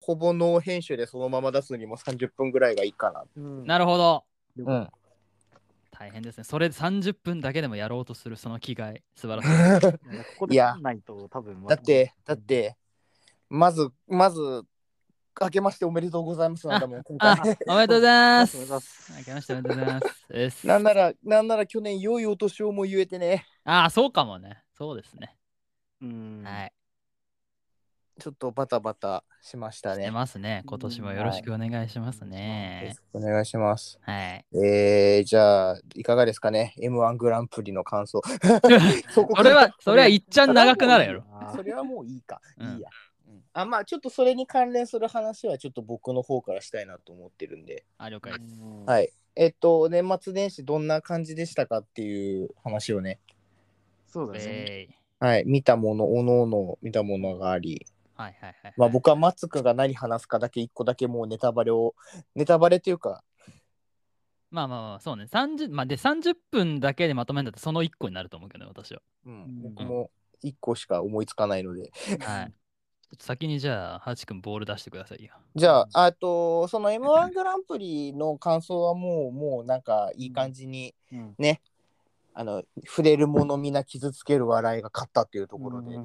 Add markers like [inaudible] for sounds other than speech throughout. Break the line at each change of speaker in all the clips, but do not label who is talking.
ほぼノー編集でそのまま出すにも30分ぐらいがいいかな。
う
[laughs]
ん
なるほど。
うん。
大変ですね。それ30分だけでもやろうとするその気概、素晴らしい。
なんかここ
い
で
や
やんないと多分
だって、だって、まず、まず、明けましておめでとうございますなんだもん、今
あ
回。、
おめでとうございます。
おめでとうございます
あけましておめでとうございます。です
なんなら、なんなら去年、良いお年をも言えてね、
ああ、そうかもね。そうですね。
うん
はい。
ちょっとバタバタしました
出
ね。
ますね。今年もよろしくお願いしますね。
お願いします。
はい。
えー、じゃあ、いかがですかね ?M1 グランプリの感想。そこ
[laughs] それは、それはいっちゃん長くなるやろ。
あー
[laughs] それはもういいか。
うん
いいや。うんあまあ、ちょっとそれに関連する話は、ちょっと僕の方からしたいなと思ってるんで。
あ、了解です。
うん
はい。えっと、年末年始どんな感じでしたかっていう話をね、
そうだね。
えい
はい、見たもの、おのおの見たものがあり、
はいはいはい。
まあ、僕はマツ君が何話すかだけ一個だけもうネタバレを、ネタバレというか、
まあまあまあ、そうね。30、まあで30分だけでまとめんだってその1個になると思うけど、私は。
うん、僕も一個しか思いつかないので。
はい。ちょっと先にじゃあ、ハチ君ボール出してくださいよ。
じゃあ、あと、その M1 グランプリの感想はもう、もうなんかいい感じに、
うん
あの、触れるものみな傷つける笑いが勝ったっていうところ
[laughs]
で、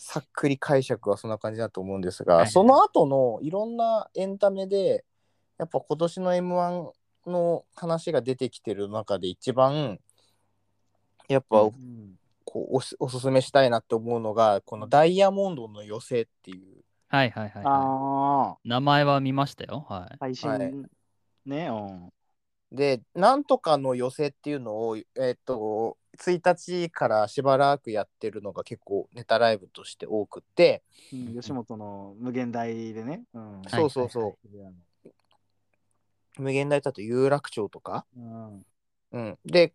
さっくり解釈はそんな感じだと思うんですが、
はい
その後のいろんなエンタメでやっぱ今年の m 1の話が出てきてる中で一番やっぱ
うん
うん
こうおすおすすめしたいなって思うのがこのダイヤモンドの寄せっていう
はいはいはい、は
ああ、
い。名前は見ましたよ。はい。
配
はい
信ね。うん
でなんとかの寄せっていうのをえーっと1日からしばらくやってるのが結構ネタライブとして多くて、
うん吉本の無限大でね。う
は
ん
い
そうそうそう、無限大だと有楽町とか
うん
うん、で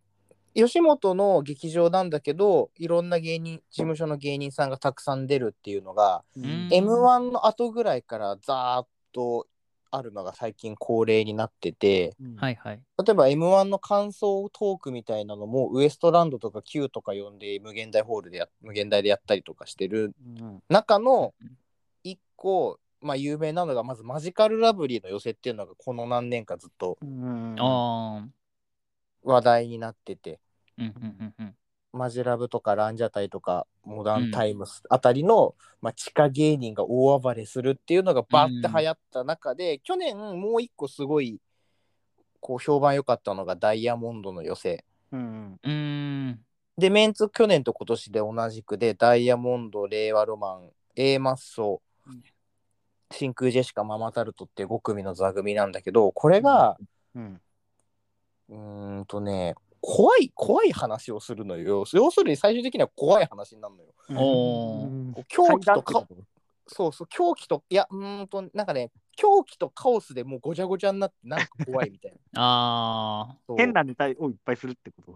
吉本の劇場なんだけどいろんな芸人事務所の芸人さんがたくさん出るっていうのが、
うん
m 1の後ぐらいからざーっとあるのが最近恒例になってて
うん
はいはい。
例えば m 1の感想トークみたいなのもウエストランドとか Q とか呼んで無限大ホールでや無限大でやったりとかしてる
うん
中の
うん
一個、まあ、有名なのがまずマジカルラブリーの寄せっていうのがこの何年かずっと
うん
ああ。
話題になってて。
うんうんうんうん。
マジラブとかランジャタイとかモダンタイムスあたりの、まあ、地下芸人が大暴れするっていうのがバーって流行った中で、去年もう一個すごいこう評判良かったのがダイヤモンドの寄せ
うん
うーん。
でメンツ去年と今年で同じくでダイヤモンド令和ロマン A マッソ
うん
真空ジェシカママタルトって5組の座組なんだけどこれが
うん
うーんとね怖い怖い話をするのよ要するに最終的には怖い話になるのよ。
おー
うん
こう狂気と
階段
か
ってこ
そうそう、狂気と、いや、うーんと、なんかね、狂気とカオスでもうごちゃごちゃになって、なんか怖いみたい [laughs] な。
あ
そう
変なネタをいっぱいするってこと。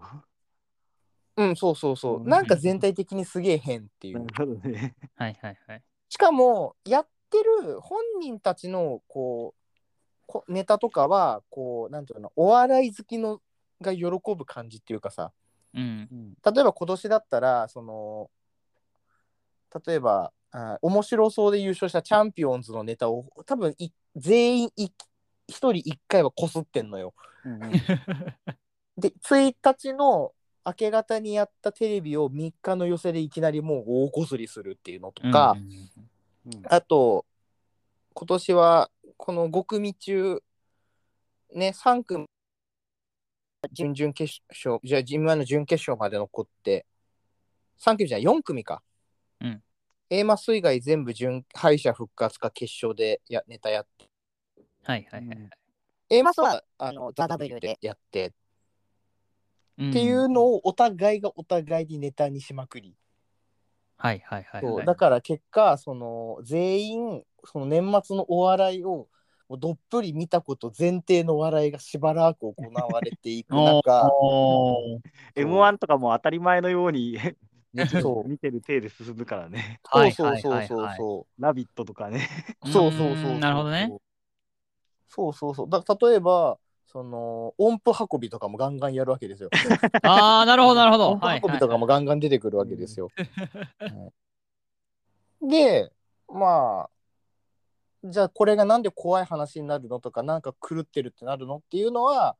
うん、そうそうそう。
うん
なんか全体的にすげえ変ってい
[laughs] な
う
る。ほどね。
あ。はいはいはい。
しかも、やってる本人たちの、こう、こネタとかは、こう、なんていうの、お笑い好きのが喜ぶ感じっていうかさ、
うん。
うん
例えば今年だったら、その、例えば、あ面白そうで優勝したチャンピオンズのネタを、多分い全員い、一人一回はこすってんのよ。
うんうん
で1日の明け方にやったテレビを3日の寄せでいきなりもう大こすりするっていうのとか、
うんうん
うん
あと今年はこの5組中ね3組準々決勝じゃあ M1 の準決勝まで残って3組じゃない4組か、
うん、
A マス以外全部準敗者復活か決勝でやネタやって
はいはいはい。
A マ
マ
ス
ス
は
は
あ
あ
の
のザ W で
やって
っ
っていうのをお互いがお互いにネタにしまくり、
はいはいはい、
そ
は
う
い。
だから結果その全員その年末のお笑いをもうどっぷり見たこと前提の笑いがしばらく行われていく中
[laughs] おー
M1 とかも当たり前のように
そう
[laughs]
見てる体で進むからね。 [laughs]
そうそう
はい
そ
は
う
い
そう
はい
そう
ラビットとかね。
そうそうそう
ーんなるほどね。
そうそうそうだから例えばその音符運びとかもガンガンやるわけです
[laughs]
よ。
ああ、なるほどなる
[laughs]
ほど。
音符
はい、
運
は
び
い
と。かもガンガン出てくるわけですよ。はいでまあじゃあこれがなんで怖い話になるのとかなんか狂ってるってなるのっていうのは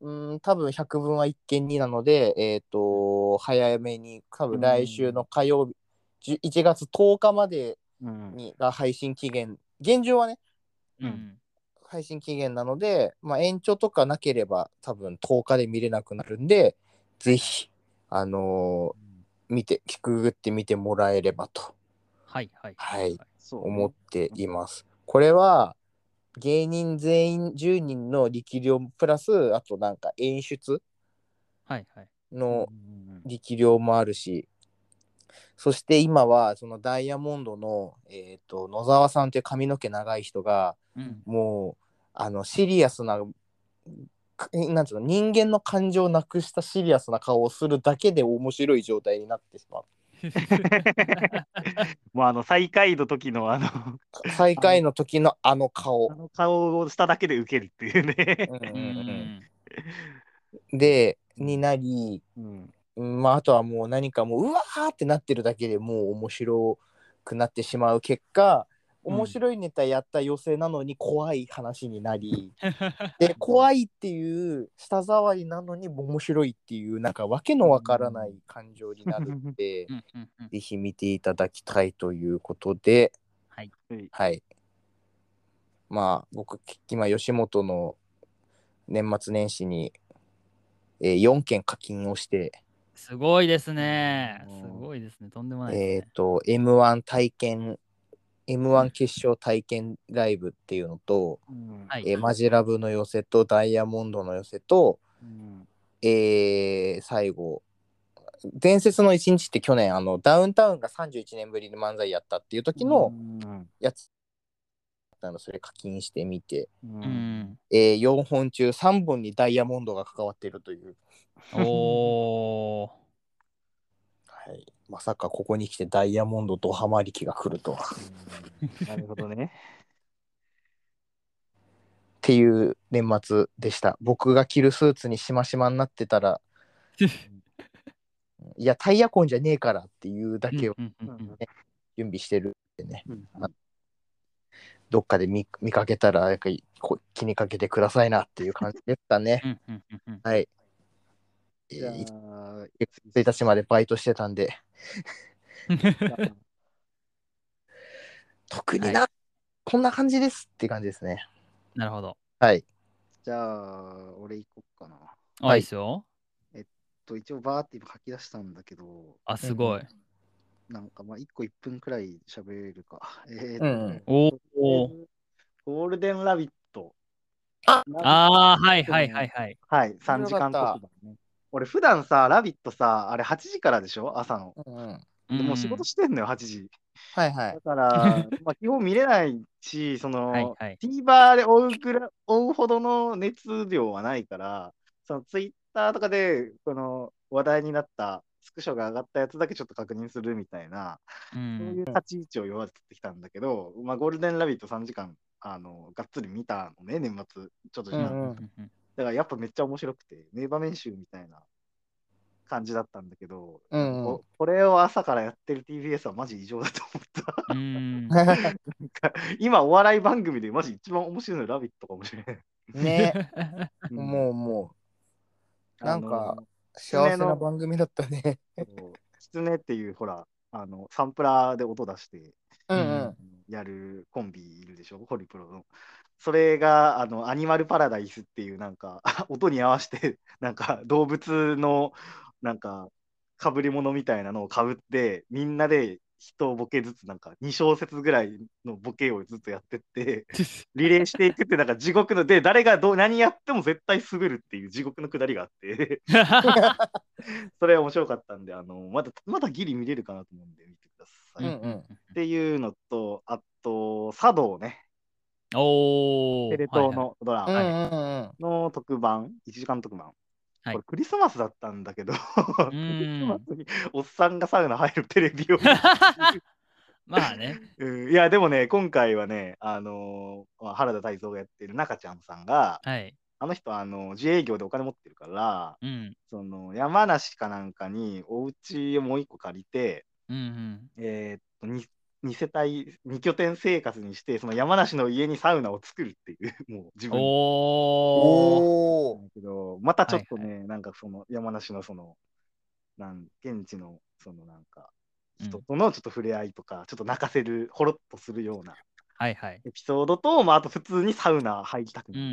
うん
うん多分100分は一見になのでえっ、と早めに多分来週の火曜日、じゅ1月10日まで
うん
にが配信期限現状はね
うん
うん
配信期限なので、まあ、延長とかなければ多分10日で見れなくなるんでぜひあのー見てくぐって見てもらえればと
はいはい
はい
そう
思っています。これは芸人全員10人の力量プラスあとなんか演出
はいはい
の
うん
力量もあるしそして今はそのダイヤモンドの、えー、と野沢さんという髪の毛長い人が
うん
もうあのシリアスなかなんつうの人間の感情をなくしたシリアスな顔をするだけで面白い状態になってしまう
[laughs] もうあの最下位の時のあの
最下位の時のあの顔
あの顔をしただけで受けるっていうね
うん
う
うん
ん
うんでになり、
うん
うんまあ、あとはもう何かもううわーってなってるだけでもう面白くなってしまう結果
うん
面白いネタやった寄せなのに怖い話になり、で怖いっていう舌触りなのに面白いっていうなんかわけのわからない感情になるんで。
うん [laughs] うんうん
ぜひ見ていただきたいということで、
はい
はい
はいまあ、僕、今、吉本の年末年始に、えー4件課金をして、
すごいですね
うん
すごいですねとんでもない
え
で
っ、と、M1 体験、M1 決勝体験ライブっていうのと、
うん
はい
えーマジラブの寄せと、ダイヤモンドの寄せと、
うん
えー最後、伝説の一日って去年、あの、ダウンタウンが31年ぶりに漫才やったっていう時の、
うん
やつだったのそれ課金してみて、
うん
すね
えー、4本中3本にダイヤモンドが関わっているという、
うんおー
はい、まさかここに来てダイヤモンドドハマり気が来るとはっ
うんなるほどね。
ていう年末でした僕が着るスーツにしましまになってたらいやタイヤ痕じゃねえからっていうだけを
うんうんうんうん
準備してるんでね、
うん
どっかで見見かけたらやっぱりこ気にかけてくださいなっていう感じでしたね [laughs]
うんうんうんうん
はい、え
じゃあ
ー、1日までバイトしてたんで特にな、
は
こんな感じですって感じですね。
なるほど
はい。
じゃあ、俺行こうかな。
は
あ
い
いいっすよ
と一応バーって今書き出したんだけど、
あすごい
なんかまあ1個1分くらい喋れるか。えー
う
と
んうん
おー
ゴールデンラビット。
あ
あーはいはいはいはい
はい、3時間特番ね。俺普段さ、ラビットさ、あれ8時からでしょ朝の。
うんうん、
うん
でもう仕事してんのよ、8時。
はいはい
だ。から、まあ基本見れないし、その、
はいはい
TVer で追うくら追うほどの熱量はないから、その Twitter とかでこの話題になったスクショが上がったやつだけちょっと確認するみたいな、
う
そうんいう立ち位置を弱ってきたんだけど、まあ、ゴールデンラビット3時間、あのがっつり見たのね、年末、ちょっと時間、
うんうん
だからやっぱめっちゃ面白くて、名場面集みたいな感じだったんだけど、
うんうん
ここれを朝からやってる TBS はマジ異常だと思った。 [laughs]
うん
なんか今、お笑い番組でマジ一番面白いのはラビットかもしれない。
[laughs] ね、
うん
も [laughs] うもなんか、う幸せな番組だったね。
あのキツネっていうほら、あのサンプラーで音出して
う
の
ん
う
うんん。
やるコンビいるでしょ、ホリプロの。それがあのアニマルパラダイスっていうなんか [laughs] 音に合わせてなんか動物のなんか被り物みたいなのをかぶってみんなで一ボケずつなんか2小節ぐらいのボケをずっとやってってリレーしていくってなんか地獄ので誰がどう何やっても絶対滑るっていう地獄の下りがあって。 [laughs] それ面白かったんで、あのまだまだギリ見れるかなと思うんで見てくだ
[laughs]
さ
う
い。
ん
っ
うん。
ていうのと、あと、茶道ね、
おお
テレ東のドラ
うんう
マ
んうん。
の特番、1時間特番。
はい
これクリスマスだったんだけど、クリスマスにおっさんがサウナ入るテレ
[laughs]
ビを見る、
まあね
うんいや、でもね、今回はね、あのまあ原田泰造がやってる中ちゃんさんが、
はい
あの人、あの自営業でお金持ってるから、
うん
その山梨かなんかにお家をもう一個借りて、
うん
えーっとに2世帯、2拠点生活にして、その山梨の家にサウナを作るっていう、もう自分
おー
で
お
だけど、またちょっとね、
は
なんかその山梨のその、なん現地のそのなんか、人とのちょっと触れ合いとか、ちょっと泣かせる、ほろっとするような
はいはい。
エピソードと、まあ、あと普通にサウナ入りたく
う
なる、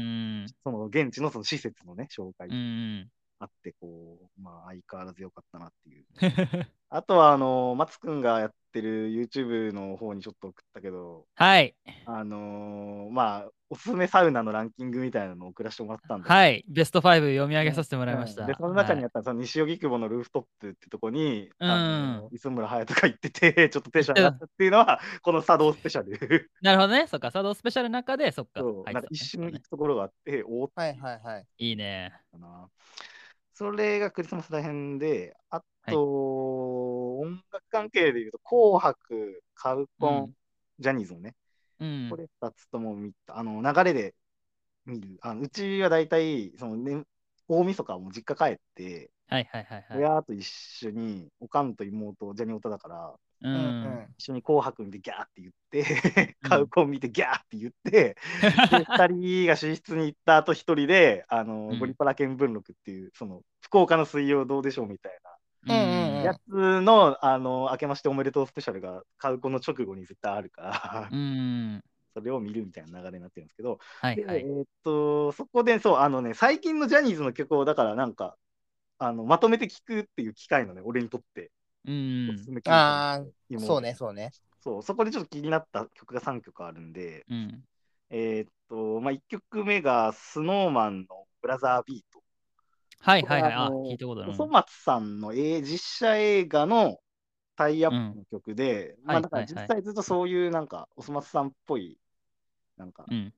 ん
その現地のその施設のね、紹介
うん。うん
あって、こう、まあ、相変わらず良かったなっていう。
うん。
あとは、あの、松くんがやってる YouTube の方にちょっと送ったけど、
はい。
あのーまあ、おすすめサウナのランキングみたいなのを送らせてもらったんで、い、
はい。ベスト5読み上げさせてもらいました。
で、その中にあ
はい
った、その西荻窪のルーフトップってとこに、
うん
あの磯村隼人が行ってて、 [laughs] ちょっとテンション上がったっていうのは、この茶道スペシャル。
なるほどね。そっか、サドスペシャルの中で、 [laughs] そっか。
そう
入
な
ってた
んか
ね
一瞬行くところがあって、おおっ
はいはいはい。
いいね。
たな。それがクリスマスらへんで、あと、音楽関係でいうと、紅白、カウコン、
うん
ジャニーズのね、
うん
こ。れ2つとも見た、あの流れで見る。あのうちは大体その、ね、大晦日はもう実家帰って、
はいはいはいはい。
親と一緒に、おかんと妹、ジャニオタだから、
う。
うん
一緒に紅白見てギャーって言って、カウコン見てギャーって
[laughs]
言って、で2人が寝室に行った後一人で、あの
うん
ゴリパラ見聞録っていう、その福岡の水曜どうでしょうみたい
うんうんうん
なやつの、あの明けましておめでとうスペシャルが、カウコンの直後に絶対あるから
う、ん。
それを見るみたいな流れになってるんですけど、
はい
で
はい
え。ーっと、そこで、そう、あのね、最近のジャニーズの曲を、だからなんか、あのまとめて聴くっていう機会のね、俺にとって、
う
おす
ん
す。め曲
ああ
今
そうね、そうね。
そう、そこでちょっと気になった曲が3曲あるんで、
うん。
えーっと、まあ、1曲目が、スノーマンのブラザービート。
はいはいはい。あ、
これあの
聞いたことある。
細松さんの、えー実写映画のタイアップの曲で、
ん
まあ、だから
はいはい
実
はい
際ずっとそういう、なんか、細松さんっぽい、なんか、
うん。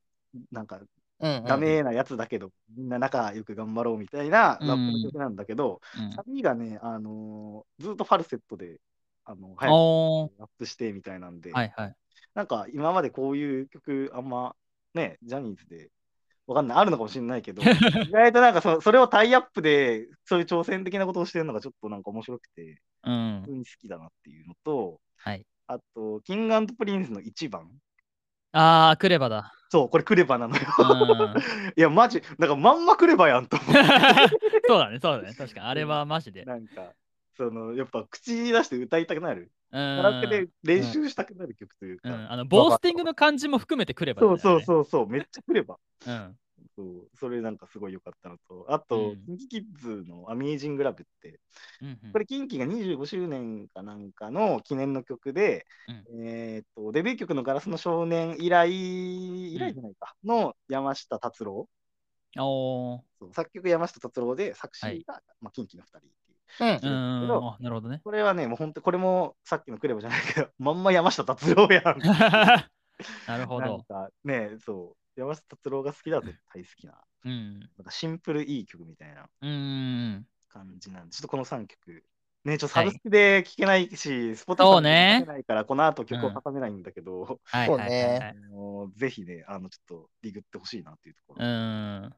なんか、
うん、うん。
ダメなやつだけど、みんな仲良く頑張ろうみたいな
うん
ラップの曲なんだけど、
うん
サビがね、あのーずっとファルセットで、あの、早く
おー。
ラップしてみたいなんで、
はいはい。
なんか今までこういう曲、あんま、ね、ジャニーズで、わかんない、あるのかもしれない
[laughs]
けど、意外となんかそそれをタイアップで、そういう挑戦的なことをしてるのがちょっとなんか面白くて、
うん
普通。に好きだなっていうのと、
はい。
あと、キングプリンスの1番。
あー、クレバだ。
そう、これクレバなのよ。 [laughs]
うん [laughs]
いや、マジ、なんかまんまクレバやんと思って
[laughs] そうだね、そうだね。確かに、あれはマジで。
なんか、その、やっぱ口出して歌いたくなる。カ
カ
ラオケで練習したくなる曲という
う
か。
ん、あのボースティングの感じも含めてくれば、
そうそうそうそう、めっちゃくれば。
う。うん、
そう、それなんかすごい良かったのと、あと、
うん
k i キキッズのアメージングラブって、
うんうん
これ、キンキが25周年かなんかの記念の曲で、えーっと、デビュー曲のガラスの少年以来、以来じゃないか、の山下達郎。
おー
そう作曲山下達郎で、作詞が、
はい
まあ、キンキの2人っていう。
うん
う。んうんあなるほど
[laughs]
ね。
これはね、もう本当、これもさっきのクレバじゃないけど、 [laughs] まんま山下達郎やん。
なるほど。
なんかね、そう、山下達郎が好きだと大好きな、
うん。
なんかシンプルいい曲みたいな
うんうん
感じなんで、ちょっとこの3曲、ね、ちょっとサブスクで聴けないし、スポタ
そ
ー
う
で
ね
聴けないから、この後曲を挟めないんだけど、
はい
そう
はい
ね
はいはい。
もうぜひね、あの、ちょっとリグってほしいなっていうとこ
う
ろ。
ん。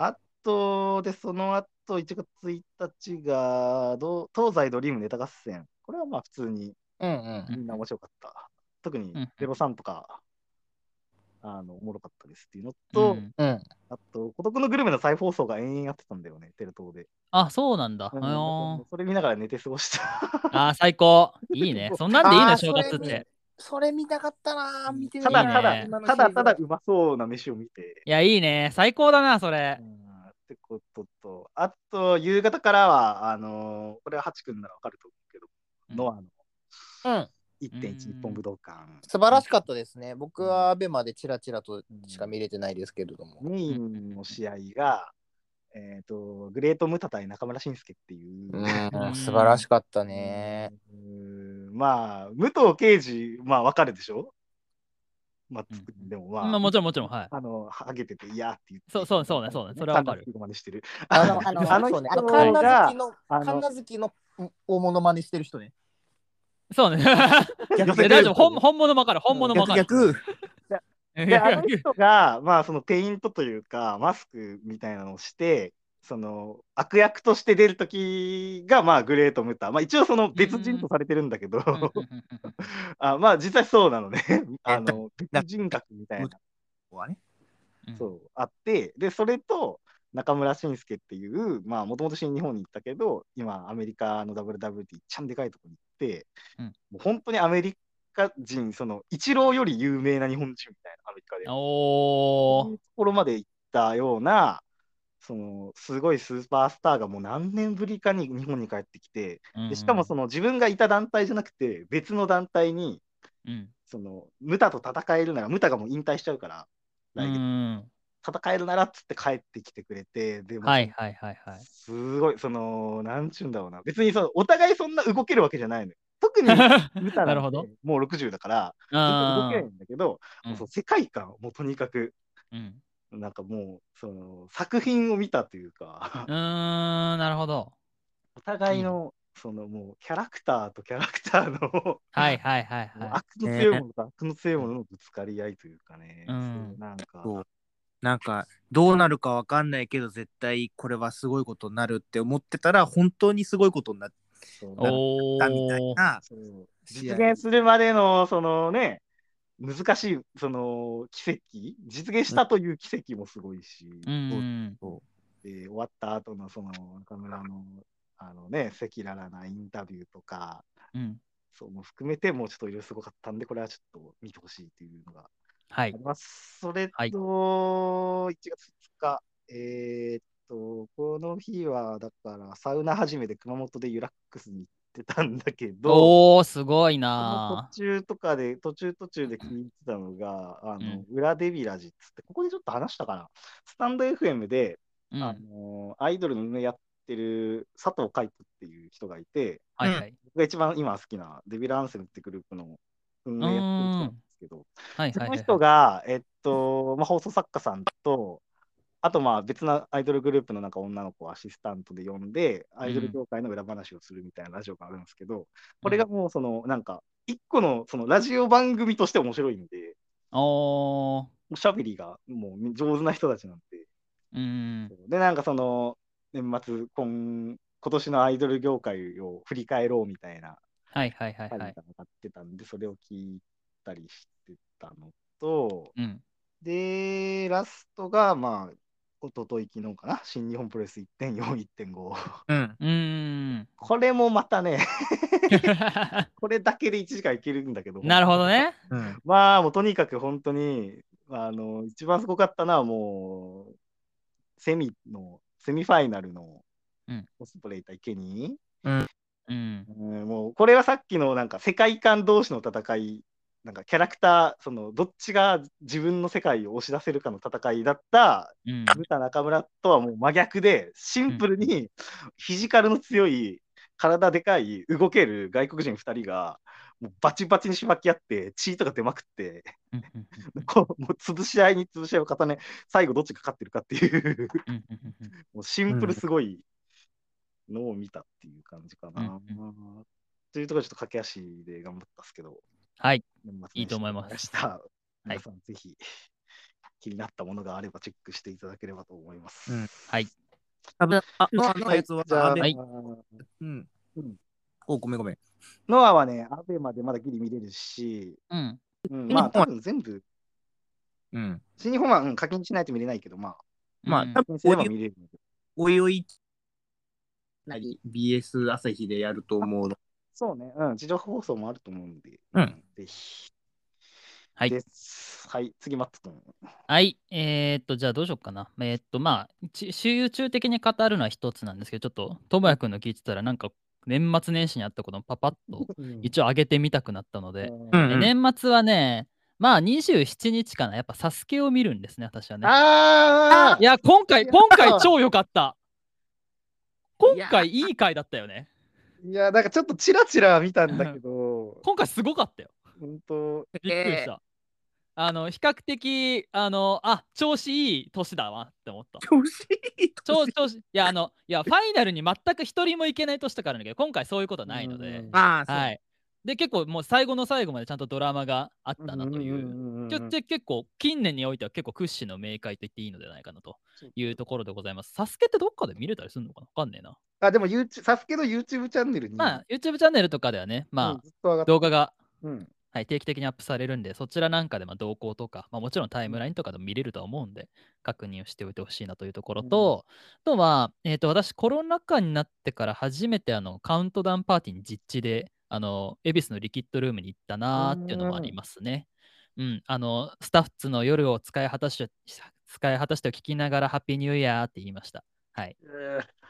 あと、で、その後、1月1日が、ど東西ドリームネタ合戦。これはまあ普通に
うんうん。
みんな面白かった。特に
うん
03とか、あの、おもろかったですっていうのと、
うん
うん。
あと、孤独のグルメの再放送が延々やってたんだよね、テレ東で。
あ、そうなんだ。
うん
あ
それ見ながら寝て過ごした。
あー、最高。いいね。そんなんでいい
あ
ね、
ー
正月って。
それ見たかったなー見てみ
た
いな
だ
ー
た
いいね
だ、
今のシ
た
ーズン
だただうまそうな飯を見て。
いや、いいね。最高だな、それ
う。んってことと、あと、夕方からは、あのーこれはハチ君ならわかると思うけど、ノアの
うん。
1.1日本武道館。
素晴らしかったですね。僕はアベマでチラチラとしか見れてないですけれども。
メインの試合が、えっ、と、グレートムタ対中村慎介っていう。
う
うん
ん、素晴らしかったね。
うーんまあ、武藤敬司、まあ、わかるでしょまあ、つくでもまあ、
まあ、もちろんもちろん、はい。
あの、はげてて、いやーって言って。
そうそうそうねそうねそれはわかる
神田のまでしてる。
あの、
[laughs]
あの、
あ
あ
の
の
人
人ね、あの、
が
神奈月の、
あ
神
の、
奈月の大物真似してる人ね。
そうね。
逆
いや大丈夫。本本物もわかる。本物もわ
逆
かる。
逆。
で、あの人が、まあ、そのペイントというか、マスクみたいなのをして、その悪役として出る時がまあグレート・ムタ、まあ、一応その別人とされてるんだけど、
うんうんうんうん
[laughs] あまあ実際そうなのねあ
だ
の別人格みたいな
はね。
うん
そうあってでそれと中村俊輔っていうまあもともと新日本に行ったけど今アメリカの WWT いっちゃんでかいとこに行って、
うん
もう本当にアメリカ人そのイチローより有名な日本人みたいなアメリカでそう
お
い
ー
うところまで行ったようなそのすごいスーパースターがもう何年ぶりかに日本に帰ってきてでしかもその自分がいた団体じゃなくて別の団体に
うん
そのムタと戦えるならムタがもう引退しちゃうから
うん
来月
うん
戦えるならっつって帰ってきてくれて、でも、
はいはいはいはい
すごい、その、なんちゅうんだろうな、別にそのお互いそんな動けるわけじゃないのよ。
[laughs]
特に、ムタ
なる
な
ほ
んて
ど。
もう60だから、ずっと動
あ
けないんだけど、
うん
もうその世界観、もうとにかく、
うん。
なんかもう、その、作品を見たとい
[laughs]
うか
う、ーん、なるほど。
お互いの、そのもうキャラクターとキャラクターの、
はいはいはい
もう
は
悪の強いものと悪の強いもののぶつかり合いというかね、
うん
そうなんか、
そうなんかどうなるかわかんないけど絶対これはすごいことになるって思ってたら本当にすごいことになっ
そう
い。お
たみた
ー
い。な
そう
試合
実現するまでのそのね難しいその奇跡実現したという奇跡もすごいし、
うんうん。
で終わった後のその中村のあのね赤裸々なインタビューとか
うん。
そうも含めてもうちょっといろいろすごかったんでこれはちょっと見てほしいというのが
は
あ
い
り。ます。それと、
はい
1月2日、えーっと、この日はだからサウナ始めで熊本でユラックスに行ってたんだけど、
おー、すごい
その
な
途中とかで、途中途中で気に入ってたのが、あの、裏デビラジっつって、ここでちょっと話したかな。スタンド FM で、
ー。うん。
あのアイドルの運営やってる佐藤海人っていう人がいて、
はいはい。
僕が一番今好きなデビルアンセムってグループの運営やってる人なんですけど、
[laughs] はい
そ
はい
の
はい。
人が、えっと、 [laughs] まあ、放送作家さんと、あとまあ別のアイドルグループのなんか女の子をアシスタントで呼んで、アイドル業界の裏話をするみたいなラジオがあるんですけど、これがもうそのなんか、一個のそのラジオ番組として面白いんで、
おー。
おしゃべりがもう上手な人たちなんで、
うん。
で、なんかその年末、今今年のアイドル業界を振り返ろうみたいな
はいはいはい
会が
は
上
い。
がってたんで、それを聞いたりしてたのと、
うん。
で、ラストが、まあ、おととい、昨日かな、新日本プロレス1.4、1.5。
うん
うーん。
[laughs] これもまたね、 [laughs] これだけで1時間いけるんだけど。
なるほど。ね。
うん
まあ、もうとにかく本当に、あの、一番すごかったのはもう、セミの、セミファイナルの
うん
オスプレイ対ケニ
うん
ー。。うん、もう、これはさっきのなんか世界観同士の戦い、なんかキャラクター、その、どっちが自分の世界を押し出せるかの戦いだった
うん。
見た中村とはもう真逆で、シンプルにフィジカルの強い、体でかい、動ける外国人2人が、もうバチバチにしばき合って、チートが出まくって、
うんうん
こうもう潰し合いに潰し合いを重ね、最後どっちが勝ってるかっていう、 [laughs]
うんうんうんうん
もうシンプルすごいのを見たっていう感じかな。
うん
というところでちょっと駆け足で頑張ったんですけど、
はい。
年末年始
いいと思います
でした。
い
皆さん、ぜひ気になったものがあればチェックしていただければと思います。
うん
はい。
多分あのあのやつは、
じゃあ
アベ
はい
うん
うん
おごめんごめん
ノアはね、アベまでまだギリ見れるし、
うん。
うん、ま
日本
あ、多
は
分全部、
うん
新日本は、うん、課金しないと見れないけど、まあ、
まあ
う
多
ん
課
分
金すれば見れるので。
おいおいなり BS 朝日でやると思うの
そうね、うん、地上波放送もあると思うんで、
うん、
ぜひ。
はい
です。はい、次、マット君。
はい。えーっと、じゃあどうしようかな。えーっと、まあ、ち集中的に語るのは一つなんですけど、ちょっと、ともやくんの聞いてたら、なんか、年末年始にあったことをパパッと一応上げてみたくなったので、
う
え
ん
年末はね、まあ27日かな、やっぱサスケを見るんですね、私はね。
あー
いや、今回、今回超良かった。今回いい回だったよね。
いや、なんかちょっとチラチラ見たんだけど、
今回すごかったよ。
本当、
びっくりした。あの、比較的、あの、あ、調子いい年だわって思った。
調子いい
[laughs] 調調子いやあのいやファイナルに全く一人も行けない年とかあるんだけど今回そういうことはないので、
うん
まあそう
はいで、結構もう最後の最後までちゃんとドラマがあったなという。ちょっと結構近年においては結構屈指の名回と言っていいのではないかなというところでございます。サスケってどっかで見れたりするのかなわかんねえな。
あ、でも、YouTube、サスケの YouTube チャンネルに、
まあ YouTube チャンネルとかではね、
う
ま
んずっと上が
あ
って
動画が、
うん、
はい、定期的にアップされるんで、そちらなんかでまあ動向とか、まあ、もちろんタイムラインとかでも見れるとは思うんで、確認をしておいてほしいなというところと、あとは、えー、と私コロナ禍になってから初めてあのカウントダウンパーティーに実地で、あの恵比寿のリキッドルームに行ったなーっていうのもありますね。うん、あのスタッフの夜を使い果たして使い果たしてを聞きながらハッピーニューイヤーって言いました。はい、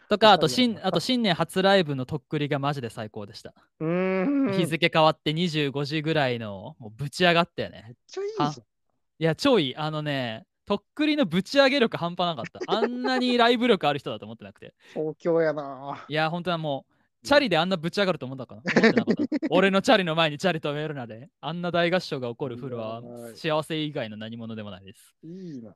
とか、あと新あと新年初ライブのとっくりがマジで最高でした。
うーん。
日
めっ
付変わって25時ぐらいの、もうぶち上がったよね。
ちゃいい
あ
じ
いや、超いい。あのね、とっくりのぶち上げ力半端なかった。あんなにライブ力ある人だと思ってなくて。
ゃん。東京やな。
いや、本当はもう、チャリであんなぶち上がると思ったかな。思ってなかった俺のチャリの前にチャリ止めるなで、あんな大合唱が起こるフロア
うわー、
幸せ以外の何物でもないです。
いいな。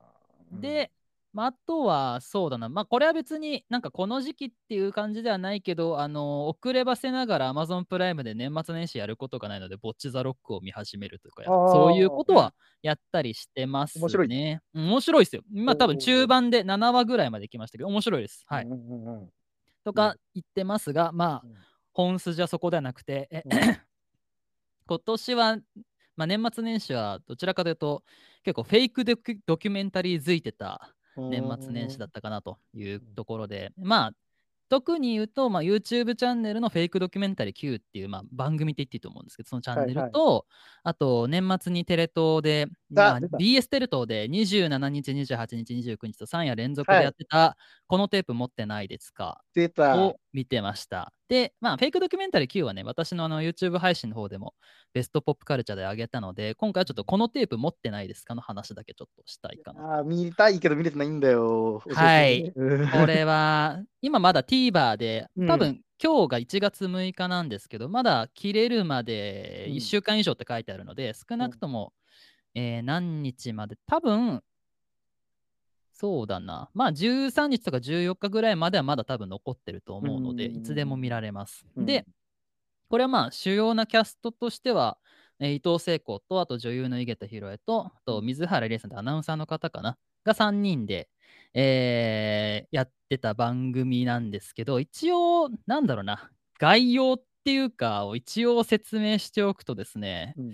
うん、
で、まあ、あとは、そうだな、まあ、これは別になんかこの時期っていう感じではないけど、あの遅ればせながら Amazon プライムで年末年始やることがないので、ぼっち・ザ・ロックを見始めるとか、
あー
そういうことはやったりしてますね。
面白い
うん面白いですよ。まあ、多分
おー
中盤で7話ぐらいまで来ましたけど、面白いです。はい。
うんうんうん
とか言ってますが、まあ
うん、
本筋はそこではなくて、え [laughs] 今年は、まあ、年末年始はどちらかというと、結構フェイクドキュドキュメンタリーづいてた
うん
年末年始だったかなというところで、まあ、特に言うと、まあ、YouTube チャンネルのフェイクドキュメンタリー Q っていう、まあ、番組って言っていいと思うんですけど、そのチャンネルと、あと年末にテレ東で、まあ、
出た
BS テレ東で27日、28日、29日と3夜連続
は
で
い
やってた、このテープ持ってないですか
出た。
を見てました。で、まあ、フェイクドキュメンタリー Q はね、私のあの YouTube 配信の方でもベストポップカルチャーで上げたので、今回はちょっとこのテープ持ってないですかの話だけちょっとしたいかな
あー見たいけど見れてないんだよ。
はい
うん。
これは、今まだ TVer で
う、ん
多分今日が1月6日なんですけど、まだ切れるまで
うん
1週間以上って書いてあるので、少なくとも、えー何日まで、多分そうだな、まあ13日とか14日ぐらいまではまだ多分残ってると思うので、
うん
いつでも見られます。
うん
で、これはまあ主要なキャストとしては、えー伊藤聖子と、あと女優の井桁弘恵と、あと水原理恵さんってアナウンサーの方かな、が3人で、えーやってた番組なんですけど、一応、なんだろうな、概要っていうかを一応説明しておくとですね、
うん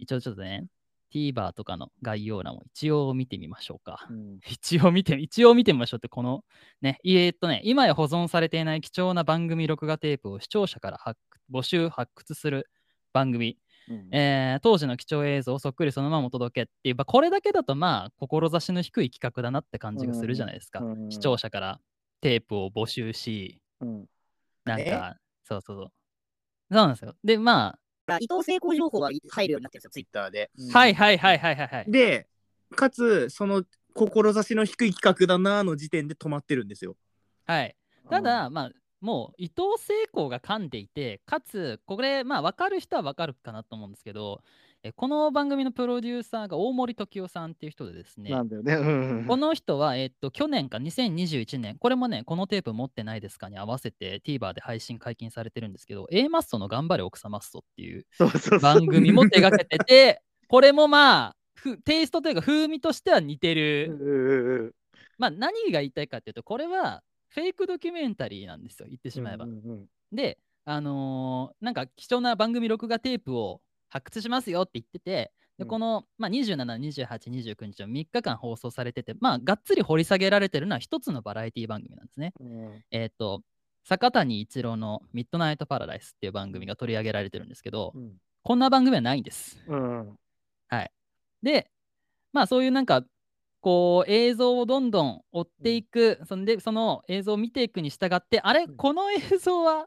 一応ちょっとね、TVer とかの概要欄を一応見てみましょうか
う。ん
[laughs] 一応見て、一応見てみましょうって、このね、えーっとね、今や保存されていない貴重な番組録画テープを視聴者から発募集発掘する番組、
うん
えー当時の貴重映像をそっくりそのままお届けっていう、まあ、これだけだとまあ、志の低い企画だなって感じがするじゃないですか。
うん
視聴者からテープを募集し、
うん
なん
え
か、そうそうそう。そうなんですよ。で、ま
伊藤聖子情報が入るようになってるんですよ、ツイッターで。
あ、はいはいはいはいはいはい。
で、かつ、その、志の低い企画だなーの時点で止まってるんですよ。
はい。ただ、、まあ、もう伊藤聖子が噛んでいて、かつ、これ、まあ、分かる人は分かるかなと思うんですけど、えこの番組のプロデューサーが大森時夫さんっていう人でですね、
なんだよね。うん
この人は、えっと、去年か2021年、これもね、このテープ持ってないですかに合わせて TVer で配信解禁されてるんですけど、A マッソの頑張れ奥様っそって
[laughs]
いう
そうそうそう
番組も手がけてて、これもまあ、ふテイストというか風味としては似て
うん
る。
うんうん
まあ何が言いたいかっていうと、これはフェイクドキュメンタリーなんですよ、言ってしまえば。
うんうんうん
で、あのーなんか貴重な番組録画テープを発掘しますよって言ってて、
う
で
ん
この、まあ、27、28、29日の3日間放送されてて、まあ、がっつり掘り下げられてるのは一つのバラエティ番組なんですね。
うん
えっ、と、坂谷一郎のミッドナイトパラダイスっていう番組が取り上げられてるんですけど、
うん
こんな番組はないんです。
うん
で、まあそういうなんか、こう映像をどんどん追っていく、そんでその映像を見ていくに従って、あれ、
うん
この映像は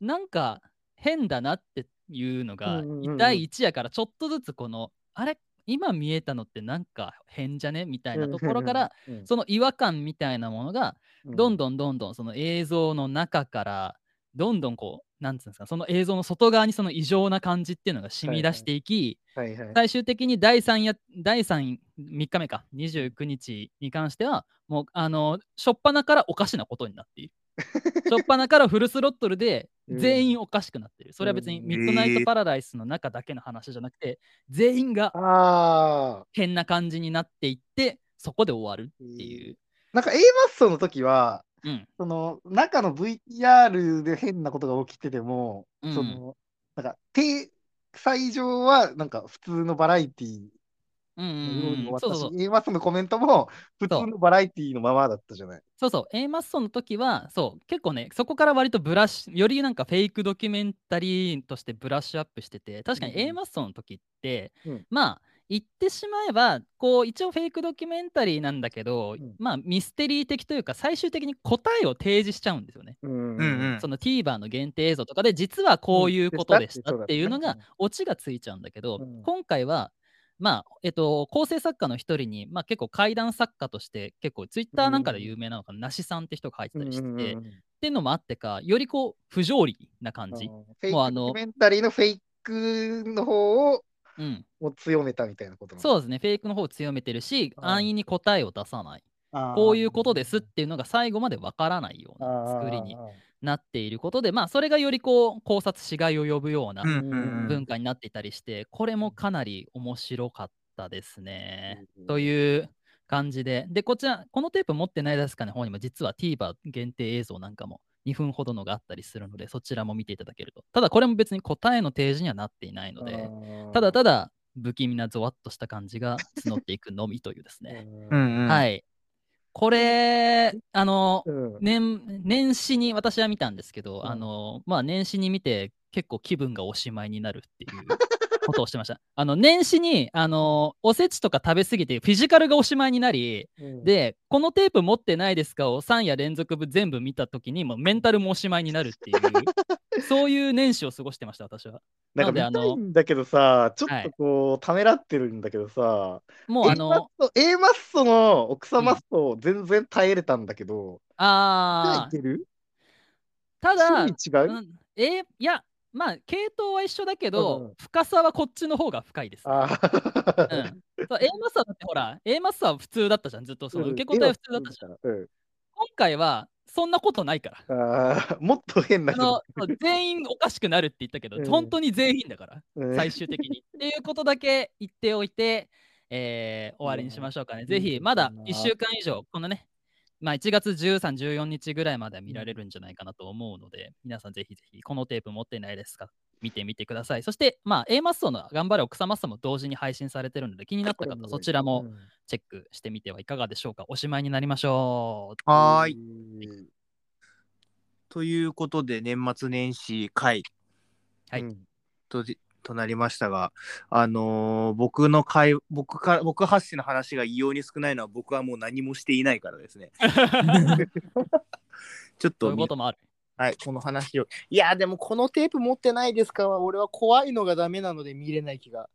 なんか変だなっていうのが、
うんうんうんうん
第1夜からちょっとずつこの、あれ、今見えたのってなんか変じゃねみたいなところから、、
うん
その違和感みたいなものが、どんどんどんどんその映像の中から、どんどんこう、なんつうんですか、その映像の外側にその異常な感じっていうのが染み出していき、
うん。はいはい。
最終的に第3や第3 3日目か29日に関してはもうあの初っ端からおかしなことになっている
[laughs]
初っ端からフルスロットルで
うん
全員おかしくなってる。それは別に
うん
ミッドナイトパラダイスの中だけの話じゃなくて、全員が
ああ。
変な感じになっていって、そこで終わるっていう。
なんか A マッソの時は、
うん。
その中の VTR で変なことが起きてても、
うん
そのなんか体裁上はなんか普通のバラエティー
うんう
の
ん
よう
うんう
に終わ
ん。
っ
そう
た
そ
し
う、
A マッソのコメントも普通のバラエティーのままだったじゃない。
そうそう。A マッソの時は、そう、結構ね、そこから割とブラッシュ、よりなんかフェイクドキュメンタリーとしてブラッシュアップしてて、確かに
うん
A マッソの時って、
うん
まあ、言ってしまえば、こう、一応フェイクドキュメンタリーなんだけど、
ん
まあ、ミステリー的というか、最終的に答えを提示しちゃうんですよね。
うん
その TVer の限定映像とかで、実はこういうことでしたっていうのが、
ん、
オチがついちゃうんだけど、
うん
今回は、まあえっと、構成作家の一人に、まあ、結構怪談作家として結構ツイッターなんかで有名なのかな、なしさんって人が入ってたりしてて、っ
ん
ていうのもあってかよりこう不条理な感じ、
フェイク
もうあ
ド
の
キュメンタリーのフェイクの方を
うん、
を強めたみたいなことなの
そうですねフェイクの方を強めてるし
うん
安易に答えを出さない
あー
こういうことですっていうのが最後までわからないような作りになっていることでまあそれがよりこう考察しがいを呼ぶような
うんうんうん
文化になっていたりして、これもかなり面白かったですね。
うんうん
という感じで、で、こちら、このテープ持ってないですかね、方にも実は TVer 限定映像なんかも2分ほどのがあったりするので、そちらも見ていただけると。ただ、これも別に答えの提示にはなっていないので、ただただ不気味なゾワッとした感じが募っていくのみというですね。
うんうん
はい。これ、あの、
うん
年年始に私は見たんですけど、あのまあ年始に見て結構気分がおしまいになるっていうことをしてました。あの年始にあのおせちとか食べ過ぎてフィジカルがおしまいになり、
うん
でこのテープ持ってないですかを3夜連続分全部見た時にもうメンタルもおしまいになるっていうそういう年始を過ごしてました私は。
な
な
んか
ん
見
で
た
あの
いんだけどさ、ちょ
は
っ
い
とこう、ためらってるんだけどさ、
もうあ
A マッ
の
ソ A マッソの奥様と全然耐えれたんだけど、
あ
い
ー
ける
ただ、
趣味違
う
うん
えーいやまあ系統は一緒だけど、
うんうん
深さはこっちの方が深いです。
あー [laughs]
うん [laughs] そう A マッサーだってほら A マッサーは普通だったじゃんずっとその
うん
受け答えは普通だったじゃん、
うん
今回はそんなことないから
あー [laughs] もっと変な
あの
人。
そう全員おかしくなるって言ったけど、
うん
本当に全員だから
うん
最終的にっていうことだけ言っておいて、えー終わりにしましょうかね、
うんい
ぜ
い
ひ
こと
まだ
だな
1週間以上このねまあ1月13、14日ぐらいまでは見られるんじゃないかなと思うので、皆さんぜひぜひこのテープ持ってないですか見てみてください。そして、まあ、A マッソの頑張れ奥様マッソも同時に配信されてるので、気になった方、そちら
う
も
ん
チェックしてみてはいかがでしょうか。おしまいになりましょう。
はーい。ということで、年末年始会
はい
うん
とでとなりましたが、あのー僕の会、僕から、僕発信の話が異様に少ないのは、僕はもう何もしていないからですね。ちょっ
そ
と
ういうこともある。
はい、この話を。
いやでもこのテープ持ってないですかは俺は怖いのがダメなので見れない気が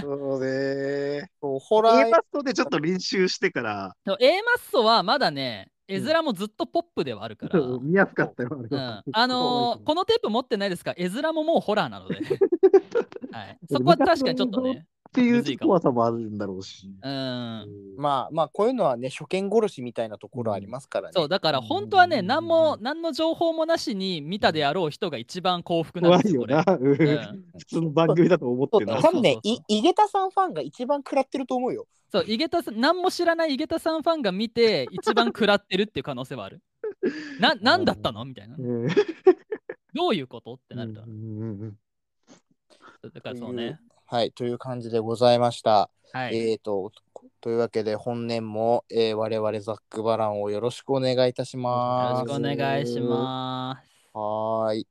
そ
[laughs]
うね。
そうホラ
A
ー
マッソでちょっと練習してから、
でも A マッソはまだね、絵
ん
面もずっとポップではあるから。
そう見やすかったよ。
うん、あのー
[laughs]
このテープ持ってないですか絵面ももうホラーなので。 [laughs] はい、そこは確かにちょっとね。
ってい
むずいうかも
怖さもあるんだろうし。
うん。
まあまあこういうのはね初見殺しみたいなところありますからね。
そう、だから本当はね、何も、何の情報もなしに見たであろう人が一番幸福なん
怖
で
い
すよ、こ
よ
れ。
な。うん
うん、
[laughs] 普通の番組だと思って
そ
な
う。
多分ね
そうそう
い井桁さんファンが一番食らってると思うよ。
そう、井桁さん、何も知らない井桁さんファンが見て、一番食らってるっていう可能性はある。 [laughs] な、何だったのみたいな。
うん
どういうことってなると
う。んうんうん
だからそうね。
はいという感じでございました。
はい。
えー、とというわけで本年も、えー我々ザックバランをよろしくお願いいたし
よろ
ま
し
す。
くお願いします。
はーい。